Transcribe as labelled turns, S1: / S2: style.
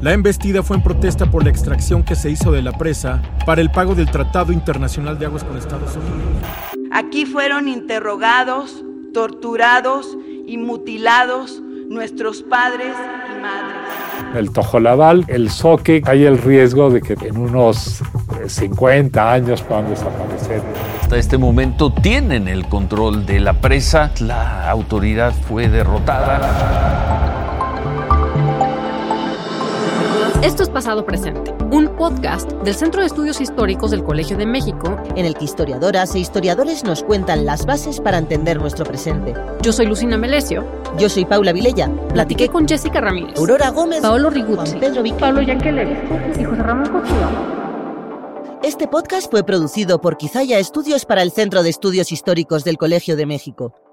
S1: La embestida fue en protesta por la extracción que se hizo de la presa para el pago del Tratado Internacional de Aguas con Estados Unidos.
S2: Aquí fueron interrogados, torturados y mutilados nuestros padres y madres.
S3: El tojolabal, el soque, hay el riesgo de que en unos 50 años puedan desaparecer.
S4: Hasta este momento tienen el control de la presa, la autoridad fue derrotada.
S5: Esto es Pasado Presente, un podcast del Centro de Estudios Históricos del Colegio de México,
S6: en el que historiadoras e historiadores nos cuentan las bases para entender nuestro presente.
S5: Yo soy Lucina Melesio.
S6: Yo soy Paula Vilella.
S5: Platiqué con Jessica Ramírez,
S6: Aurora Gómez,
S5: Paolo Riguzzi,
S6: Juan Pedro Vique,
S5: Pablo Yankelevich y José Ramón Cosío.
S6: Este podcast fue producido por Quizaya Estudios para el Centro de Estudios Históricos del Colegio de México.